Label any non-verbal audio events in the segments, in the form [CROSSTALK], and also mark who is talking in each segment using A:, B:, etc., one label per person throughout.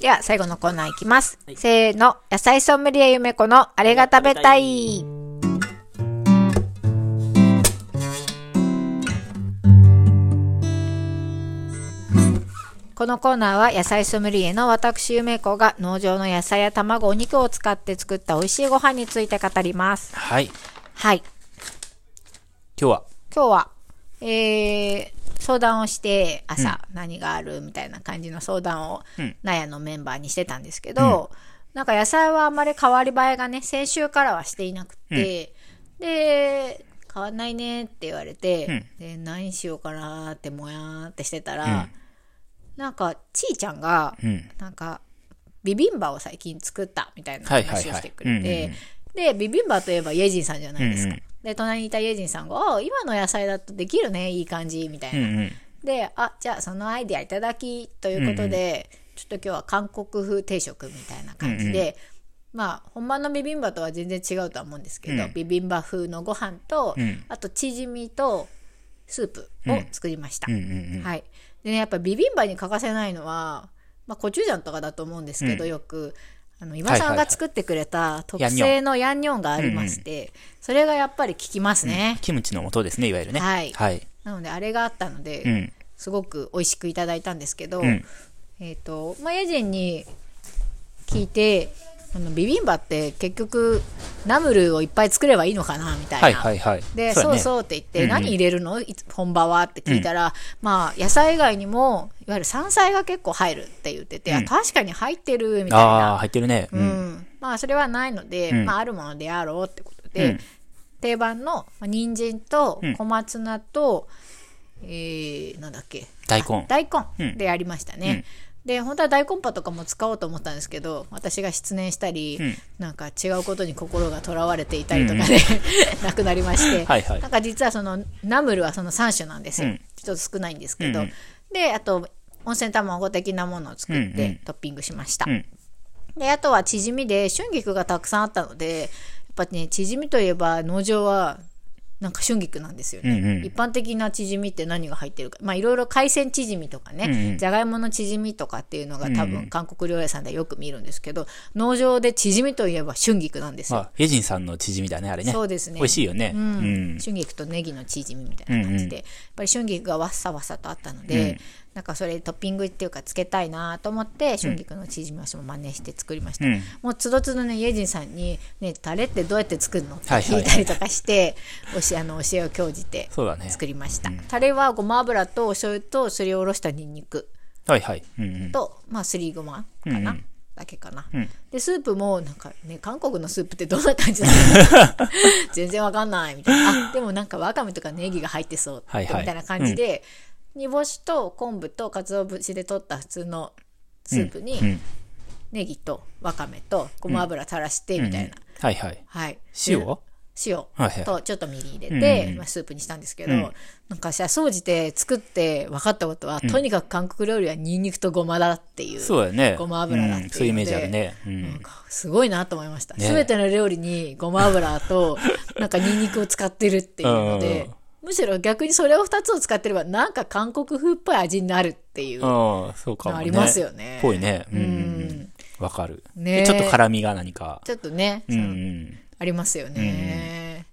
A: では、最後のコーナーいきます。
B: はい
A: せーの、野菜ソムリエゆめこのあれが食べたい。このコーナーは野菜ソムリエの私ゆめこが農場の野菜や卵、お肉を使って作った美味しいご飯について語ります。
B: はい。今
A: はい。
B: 日は、
A: 今日は、えー、相談をして朝何があるみたいな感じの相談を
B: うん
A: 納屋のメンバーにしてたんですけど、なんか野菜はあんまり変わり映えがね先週からはしていなくて、で変わんないねって言われて、で何しようかなーってもやーってしてたら、なんかちーちゃんが、
B: うん。
A: なんかビビンバを最近作ったみたいな
B: はいはい
A: 話
B: はい
A: をしてくれ
B: うん
A: てでビビンバといえばイェジンさんじゃないですか、
B: うんうん
A: で隣にいたイェジンさんが「あ今の野菜だとできるねいい感じ」みたい
B: うん
A: な、
B: うん。
A: であじゃあそのアイディアいただきということで、ちょっと今日は韓国風定食みたいな感じで、まあ本場のビビンバとは全然違うとは思うんですけど、
B: うん
A: ビビンバ風のご飯と、
B: うん
A: あとチヂミとスープを作りました、
B: うんうんうん。
A: はい、でねやっぱビビンバに欠かせないのは、まあ、コチュジャンとかだと思うんですけど、
B: う
A: よくあの今さんが作ってくれた特製のヤンニョンがありまして、それがやっぱり効きますね、
B: キムチの素ですね、いわゆるね。
A: はい
B: はい。
A: なのであれがあったので、
B: うん。
A: すごく美味しくいただいたんですけど、
B: うん
A: えっ、とまあ家人に聞いてあのビビンバって結局ナムルをいっぱい作ればいいのかなみたいな、
B: はいはいはい。
A: で、そう
B: やね
A: そうって言って、
B: うんうん
A: 何入れるのいつ本場はって聞いたら、まあ、野菜以外にも、いわゆる山菜が結構入るって言ってて、あ
B: うん
A: 確かに入ってる、みたい
B: ああ、
A: な。
B: 入ってるね。う。
A: うんん。まあ、それはないので、
B: うん
A: まあ、あるものであろうってことで、
B: うん
A: 定番の、まあ、人参と
B: うん
A: 小松菜と、えー、なんだっけ。
B: 大根
A: あ大
B: う
A: 根
B: ん
A: でやりましたね。で、本当は大根パとかも使おうと思ったんですけど、私が失念したり、
B: うん
A: なんか違うことに心がとらわれていたりとかで、 [LAUGHS] なくなりまして、
B: はいはい
A: なんか実はそのナムルはその3種なんですよ、
B: うん
A: ちょっと少ないんですけど、
B: うんうん
A: であと温泉卵的なものを作っ
B: うんうん
A: てトッピングしました、
B: うん。
A: であとはチヂミで春菊がたくさんあったのでやっぱねチヂミといえば農場はなんか春菊なんですよね、
B: うんうん
A: 一般的なチヂミって何が入ってるかまあいろいろ海鮮チヂミとか
B: うんう
A: ね
B: ん
A: じゃがいものチヂミとかっていうのが多
B: うんう
A: 分
B: ん
A: 韓国料理屋さんでよく見るんですけど農場でチヂミといえば春菊なんです
B: ま
A: よ、
B: あ、ヘジンさんのチヂミだね、あれね。
A: そうですね
B: 美味しいよね。う
A: うん
B: ん。
A: 春菊とネギのチヂミみたいな感じで、
B: うんうん
A: やっぱり春菊がわっさわっさとあったので、
B: うん
A: なんかそれトッピングっていうかつけたいなと思って春菊のチヂミを私も真似して作りました、
B: うん
A: もうつどつどねイェジンさんに、ね「タレってどうやって作るの?」って聞いたりとかして、教えあの教えを教じて
B: そうだね。
A: 作りました、タレはごま油とお醤油とすりおろしたにんにく
B: はいはい。うんうん。
A: と、まあ、すりごまかな、
B: うんうん
A: だけかな、
B: ん
A: でスープもなんかね韓国のスープってどんな感じ
B: [LAUGHS]
A: なの全然わかんないみたいなあでもなんかわかめとかネギが入ってそう、
B: はいはい
A: みたいな感じで、煮干しと昆布と鰹節で取った普通のスープ
B: う
A: に
B: ん
A: ネギとわかめとごま油垂らしてみたいな、
B: はいはい。
A: はい
B: 塩
A: で塩
B: はいはい
A: とちょっとみり入れ
B: うんうんう
A: て、
B: ん
A: まあ、スープにしたんですけど、
B: うん
A: なんかさ総じて作って分かったことは、とにかく韓国料理はニンニクとごまだっていう
B: そうだよね。
A: ごま油だっていう
B: うん
A: ので
B: そういうイメージあるね。う
A: なん
B: ん。
A: かすごいなと思いました、
B: ね
A: すべての料理にごま油
B: [LAUGHS]
A: となんかニンニクを使ってるっていうので
B: うん
A: むしろ逆にそれを2つを使ってればなんか韓国風っぽい味になるっていう
B: ああ、そうか
A: の
B: もね。
A: ありますよね
B: ぽいね。うんうん。わかる。
A: ね
B: でちょっと辛みが何か。
A: ちょっとね、
B: うん
A: その
B: うん。
A: ありますよね。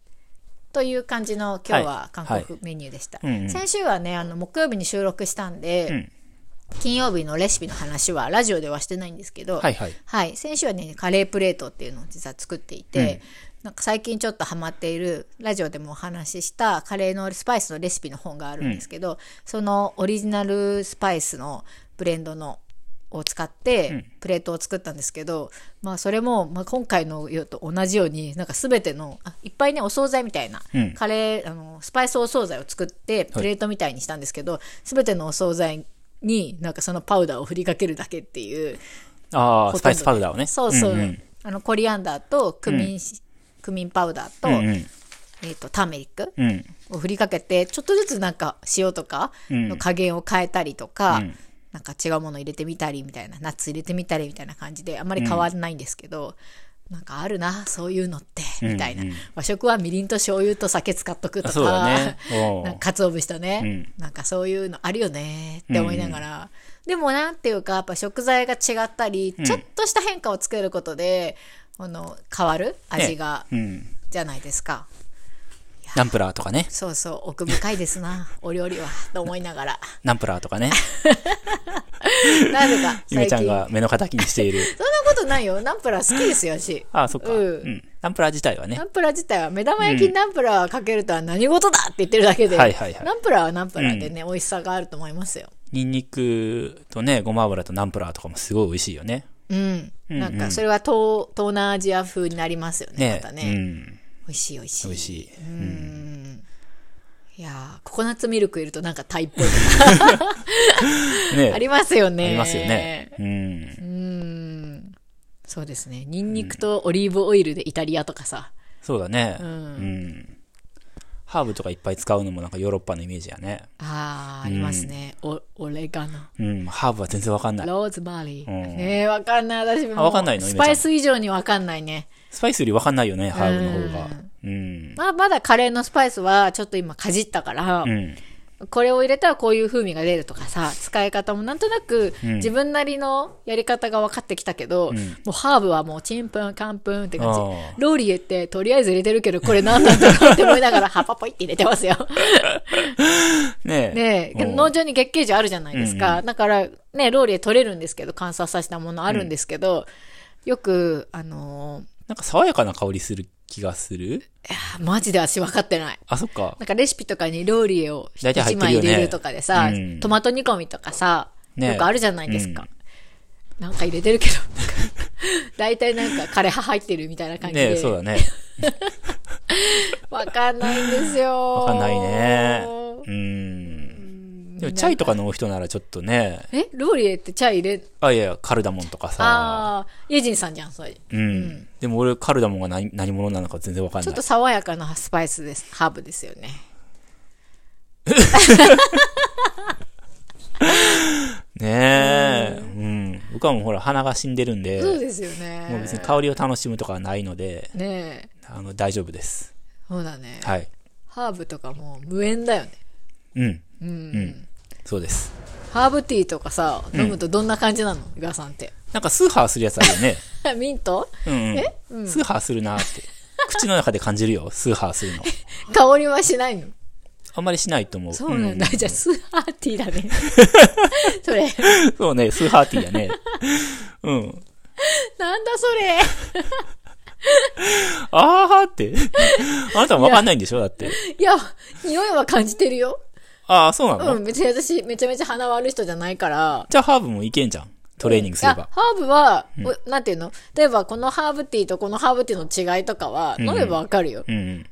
A: という感じの今日は韓
B: は
A: 国メニューでした、
B: うんうん
A: 先週はねあの木曜日に収録したんで、
B: うん
A: 金曜日のレシピの話はラジオではしてないんですけど、
B: はいはい。
A: はい、先週はねカレープレートっていうのを実は作っていて、なんか最近ちょっとハマっているラジオでもお話ししたカレーのスパイスのレシピの本があるんですけど、そのオリジナルスパイスのブレンドのを使ってプレートを作ったんですけど、まあそれも、まあ、今回のよと同じようになんか全てのあいっぱいねお惣菜みたいな、
B: うん
A: カレーあのスパイスお惣菜を作ってプレートみたいにしたんですけど、全てのお惣菜になんかそのパウダーを振りかけるだけっていう
B: ああ、
A: ほ
B: ス
A: と
B: パ
A: んど
B: イスパウダーをね。
A: そうそう。
B: んん
A: あの、コリアンダーとクミン、クミンパウダーと、
B: うんうん
A: えっ、と、ターメリック
B: うん。
A: を振りかけて、ちょっとずつなんか塩とかの加減を変えたりとか、
B: うん
A: なんか違うもの入れてみたりみたいな、ナッツ入れてみたりみたいな感じで、あんまり変わらないんですけど、なんかあるな、そういうのって、みたいな。
B: うんうん
A: 和食はみりんと醤油と酒使っとくとか、
B: そう
A: [LAUGHS]
B: だねおう
A: なんか鰹節とね、
B: うん
A: なんかそういうのあるよねって思いながら、でもなんていうかやっぱ食材が違ったり、
B: うん
A: ちょっとした変化をつけることであの変わる味が、
B: うん。
A: じゃないですか
B: ナンプラーとかね。
A: そうそう奥深いです
B: [LAUGHS]
A: なお料理はと思いながら
B: ナンプラーとかね。
A: なぜか
B: ゆ
A: 最
B: めちゃん
A: 近
B: が目の敵にして
A: [LAUGHS]
B: いる。
A: そんなことないよナンプラー好きですよ私
B: ああ、そっか。
A: う
B: うんん。ナンプラー自体はね
A: ナ。ンプラー自体は目玉焼きにナンプラーかけるとは何事だって言ってるだけで、
B: はいはいはい
A: ナンプラーはナンプラーでね、美味しさがあると思いますよ
B: ニンニクとね、ごま油とナンプラーとかもすごい美味しいよね。
A: うん、なんかそれは東東南アジア風になりますよね
B: ね
A: また
B: う
A: ね、
B: ん。
A: 美味しい美味しい
B: 美味しい。
A: いやーココナッツミルク入れるとなんかタイっぽい
B: [LAUGHS]
A: と
B: ね
A: かありますよね
B: ありますよね。うん。
A: そうですねニンニクとオリーブオイルでイタリアとかさ
B: そうだね。うん。ハーブとかいっぱい使うのもなんかヨーロッパのイメージやね。
A: あーありますね、おオレガノ
B: うん。ハーブは全然わかんない。
A: ローズマリー、
B: うん
A: ねえわかんない私も
B: あわかんないの
A: ス
B: ゆめちゃん
A: パイス以上にわかんないね
B: スパイスよりわかんないよね、ハーブの方が。うん。
A: まあ、まだカレーのスパイスはちょっと今かじったから、
B: うん。
A: これを入れたらこういう風味が出るとかさ使い方もなんとなく自分なりのやり方が分かってきたけど、もうハーブはもうチンプンカンプンって感じ
B: あー
A: ローリエってとりあえず入れてるけどこれ何なんだろうって思いながら葉っぱポイって入れてますよ。
B: ねえ。
A: ねえけど
B: うん
A: 農場に月桂樹あるじゃないですか、だからねローリエ取れるんですけど乾燥させたものあるんですけど、よくあの
B: なんか爽やかな香りする気がする
A: ーあマジで足分かってない。
B: あ、そっか。
A: なんかレシピとかにローリエを
B: 大体
A: 1
B: 入ってる
A: 枚
B: よね
A: 入れるとかでさ、
B: うん
A: トマト煮込みとかさ、
B: ね
A: よくあるじゃないですか。
B: うん
A: なんか入れてるけど、大体なんか枯葉入ってるみたいな感じ
B: ねえ、そう
A: で。
B: だね。
A: わ、かんないんですよ。
B: わかんないね。うん。でも、チャイとか飲む人ならちょっとね、
A: え、ローリエってチャイ入れ、
B: あ、いやいや、カルダモンとかさ。
A: ああ、イェジンさんじゃん、それ。
B: うん。でも俺、カルダモンが何何者なのか全然わかん
A: ちょ
B: な
A: っ
B: い
A: と。爽やかなスパイスです。ハーブですよね。
B: ねえ。うん。僕はもうほら、鼻が死んでるんで、
A: そうですよ
B: もう
A: ね。
B: 別に香りを楽しむとかはないので、
A: ねえ。
B: あの、大丈夫です。
A: そうだね。
B: はい。
A: ハーブとかもう無縁だよね。
B: うん。うん。そうです。
A: ハーブティーとかさ、飲むとどんな感じなの伊賀さんって。 [LAUGHS]
B: なんか、スーハーするやつあるよね。
A: ミント
B: うん、うん。スーハーするなって。口の中で感じるよ、スーハー
A: [LAUGHS]
B: するの。
A: 香りはしないの
B: あんまりしないと思う。
A: そうなんだ。じゃあ、スーハーティーだ [LAUGHS] ね。それ。
B: うん [LAUGHS] そうね、スーハーティーやね。うん。
A: なんだそれ。
B: あーは
A: [LAUGHS]
B: ーって。あなたはわかんないんでしょだって。
A: いや、匂いは感じてるよ。
B: ああ、そうなの、
A: うん、別に私、めちゃめちゃ鼻悪い人じゃないから。
B: じゃあハーブもいけんじゃん。トレーニング
A: い
B: すれ
A: や、
B: ば
A: ハ。ーブは、おなんていうの例えば、このハーブティーとこのハーブティーの違いとかは、飲めばわかるよ。
B: うんうん。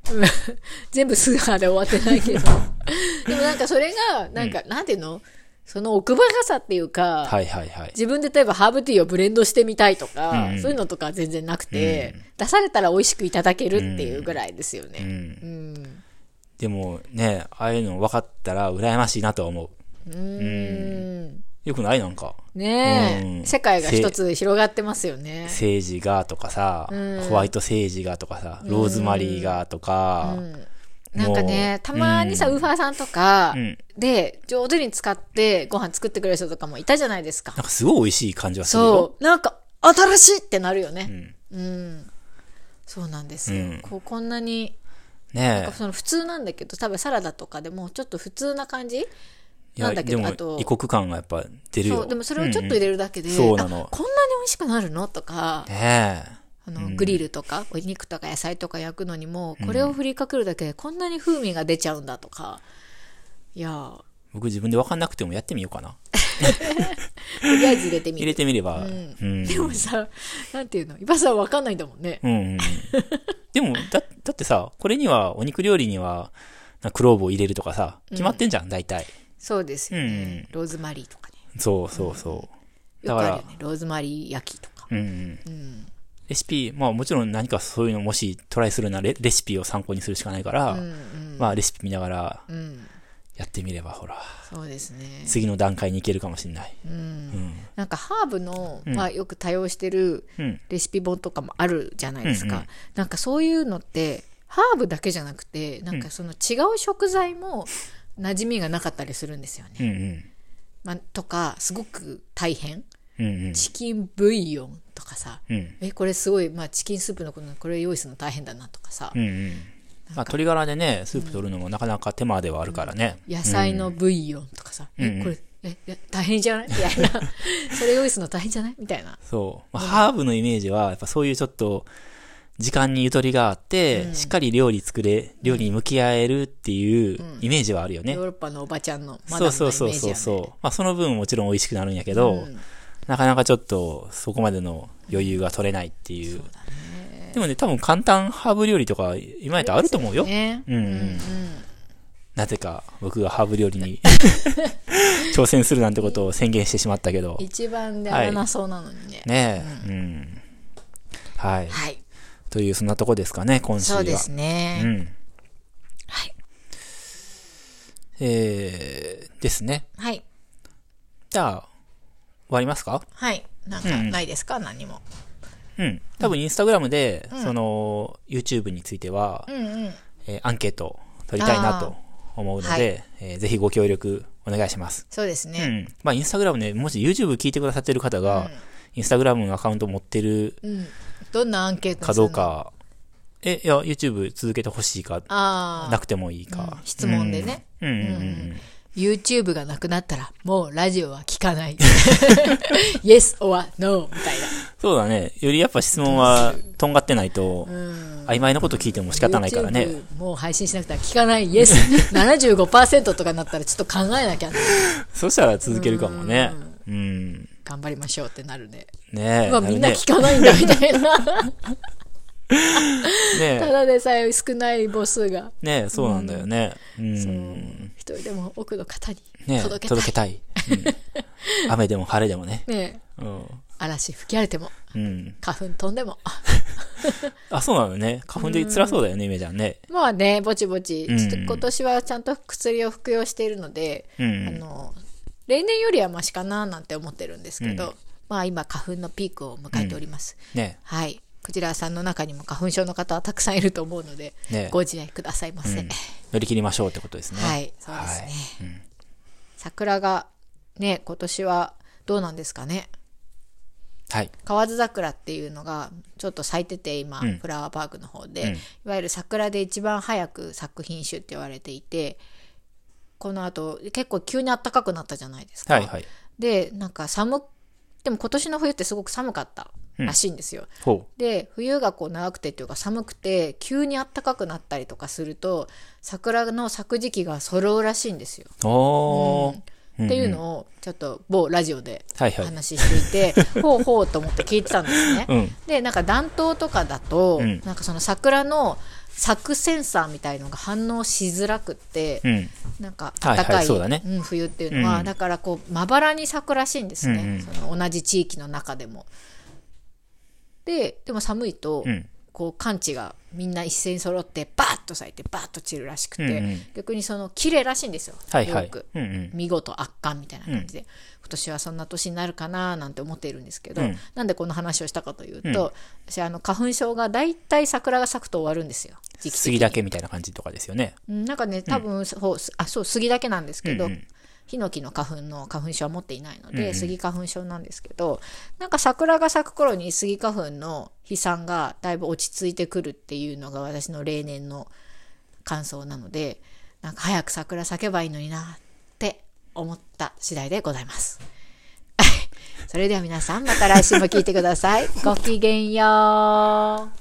A: [LAUGHS] 全部スーハーで終わってないけど。 [LAUGHS] でもなんか、それが、なんか、なんていうのその奥深さっていうか、
B: はいはいはい。
A: 自分で例えばハーブティーをブレンドしてみたいとか、
B: うん
A: そういうのとかは全然なくて、出されたら美味しくいただけるっていうぐらいですよ
B: う
A: ね。
B: ん。
A: うん。
B: でもね、ああいうの分かったら羨ましいなとは思
A: うーん。
B: う。よくないなんか。
A: ねえ、
B: うん
A: 世界が一つ広がってますよね。
B: セージがとかさ、ホワイトセージがとかさ、ローズマリーがとか、
A: なんかね、たまにさ、ウーファーさんとか
B: ん
A: で上手に使ってご飯作ってくれる人とかもいたじゃないですか。
B: なんかすごい美味しい感じはするよ。
A: そう。なんか、新しいってなるよね。うん。そうなんですよ。
B: うん
A: こうこんなに
B: ね
A: その普通なんだけど多分サラダとかでもちょっと普通な感じ
B: え。い
A: な
B: や、
A: んだけ
B: で
A: ど
B: も
A: あと
B: 異国感がやっぱ出るよ。
A: そうでもそれをちょっと入れるだけで、
B: うんそうなの
A: あこんなに美味しくなるのとか、
B: うんうんねえ。
A: あのグリルとかお肉とか野菜とか焼くのにもこれを振りかけるだけでこんなに風味が出ちゃうんだとかいやー
B: 僕自分で分かんなくてもやってみようかな。
A: とりあえず入れてみ
B: 入
A: る
B: れてみれば。うん。うん
A: でもさなんていうの伊庭さんわかんないんだもんね、
B: うんうん。でも、だ、だってさ、これには、お肉料理には、なんかクローブを入れるとかさ、決まってんじゃん、大体。
A: そうですよね、ローズマリーとかね
B: そうそうそう。だ
A: よ
B: か
A: くあ
B: ら、
A: るよねローズマリー焼きとか、
B: うんうん。レシピ、まあもちろん何かそういうのもしトライするならレレシピを参考にするしかないから、まあレシピ見ながら
A: うん、
B: やってみれば、ほら、
A: そうですね
B: 次の段階に行けるかもしれない。
A: なんかハーブの、まあ、よく多用してる
B: うん
A: レシピ本とかもあるじゃないですか、
B: うんうん
A: なんかそういうのってハーブだけじゃなくてなんかその違う食材も馴染みがなかったりするんですよね、
B: うんうん。
A: まあ、とか、すごく大変。
B: うんうん。
A: チキンブイヨンとかさ、
B: うん。
A: え、これすごい、まあ、チキンスープのことなのにこれ用意するの大変だなとかさ、
B: うんうん。まあ、鶏ガラでね、スープ取るのもなかなか手間ではあるからね。
A: 野菜のブイヨンとかさ、
B: うん
A: え、これ、え、いや大変じゃないみたいな。 [LAUGHS] それ用意するの大変じゃないみたいな。
B: そう。まあ、ハーブのイメージは、やっぱそういうちょっと、時間にゆとりがあって、しっかり料理作れ、料理に向き合えるっていうイメージはあるよね。
A: ヨーロッパのおばちゃんのマダム
B: そ
A: の
B: う
A: イメージ、
B: そうそうそうそう。まあその分もちろん美味しくなるんやけど、
A: うん
B: なかなかちょっとそこまでの余裕が取れないっていう。でもね、多分簡単ハーブ料理とか今やったらあると思うよ。
A: ね。
B: うん、うん、なぜか僕がハーブ料理 [LAUGHS] に挑戦するなんてことを宣言してしまったけど。
A: 一番であらなそうなのにね。
B: ねえ、うん。はい。
A: はい。
B: というそんなとこですかね、今週は。
A: そうですね。
B: うん。
A: はい。
B: えー、ですね。
A: はい。
B: じゃあ、終わりますか
A: はい。なんかないですか、何も。
B: うん。多分インスタグラムで、その、YouTube については、
A: うんうん。
B: えーアンケートを取りたいなと思うので、
A: はい
B: えーぜひご協力お願いします。
A: そうです
B: う
A: ね。
B: ん。まあ、インスタグラムね、もし YouTube 聞いてくださってる方が、インスタグラムのアカウント持ってる
A: うん。どんなアンケートにするの
B: かどう。か、え、いや、YouTube 続けてほしいか、
A: あ
B: な
A: あ。
B: くてもいいか。
A: 質問でね。
B: うんうんうんうん。
A: YouTube がなくなったら、もうラジオは聞かない。yes or no みたいな。
B: そうだね。よりやっぱ質問は、とんがってないと、曖昧なこと聞いても仕方ないからね。
A: YouTube もう配信しなくては聞かない。Yes。75%とかになったらちょっと考えなきゃな。
B: そしたら続けるかもね。うん。
A: 頑張りましょうってなるね。
B: ねえ。
A: うわ
B: なる
A: み
B: ね
A: んな聞かないんだみたいな。
B: ね
A: た
B: [LAUGHS] え。
A: だでさえ少ない母数が。
B: ねえ、そうなんだよね。うん。
A: 一人でも多くの方に
B: ね
A: 届けたい、
B: 届けたい。うん雨でも晴れでもね。
A: ねえ
B: うん。
A: 嵐吹き荒れても
B: うん。
A: 花粉飛んでも
B: あ、そうなのね。花粉で辛そうだよね、イメージはね。
A: まあねぼちぼち、
B: ん
A: ちょっと今年はちゃんと薬を服用しているので、
B: うん
A: あの例年よりはマシかななんて思ってるんですけど、まあ今花粉のピークを迎えております、
B: ね
A: はいクジラさんの中にも花粉症の方はたくさんいると思うので、
B: ねえ
A: ご自愛くださいませ、
B: うん乗り切りましょうってことです
A: [LAUGHS]
B: ね。
A: はいそうですね、
B: はい
A: 桜がね今年はどうなんですかね
B: はい。
A: 河津桜っていうのがちょっと咲いてて今、
B: うん
A: フラワーパークの方で、
B: うん
A: いわゆる桜で一番早く咲く品種って言われていてこのあと結構急に暖かくなったじゃないですか。
B: はいはい。
A: でなんか寒でも今年の冬ってすごく寒かったらしいんですよ。
B: ほ
A: で冬がこう長くてっていうか寒くて急に暖かくなったりとかすると桜の咲く時期が揃うらしいんですよ。
B: う。おー。
A: っていうのをちょっと某ラジオで
B: はいはい
A: 話していて、
B: [LAUGHS]
A: ほうほうと思って聞いてたんですね。
B: うん
A: でなんか暖冬とかだと、
B: うん
A: なんかその桜の咲くセンサーみたいのが反応しづらくって、
B: うん。
A: なんか
B: は
A: 暖
B: いはい
A: かい、
B: そうだね
A: うん冬っていうのは、
B: うん
A: だからこうまばらに咲くらしいんですね、
B: うんうん
A: その同じ地域の中でも。ででも寒いと、
B: うん。
A: こう寒地がみんな一斉に揃ってバーッと咲いてバーッと散るらしくて、
B: うんうん
A: 逆にその綺麗らしいんですよ、
B: はいは
A: よ
B: い
A: く。
B: うんうん。
A: 見事圧巻みたいな感じで、今年はそんな年になるかななんて思っているんですけど、
B: うん
A: なんでこの話をしたかというと、私あの花粉症が大体桜が咲くと終わるんですよ時期的
B: 杉
A: に
B: だけみたいな感じとかですよね。
A: うんなんかね多分、そうあそう杉だけなんですけど、
B: うんうん
A: ヒノキの花粉の花粉症は持っていないので、杉花粉症なんですけどなんか桜が咲く頃に杉花粉の飛散がだいぶ落ち着いてくるっていうのが私の例年の感想なのでなんか早く桜咲けばいいのになって思った次第でございます。 [LAUGHS] それでは皆さんまた来週も聞いてください。ごきげんよう。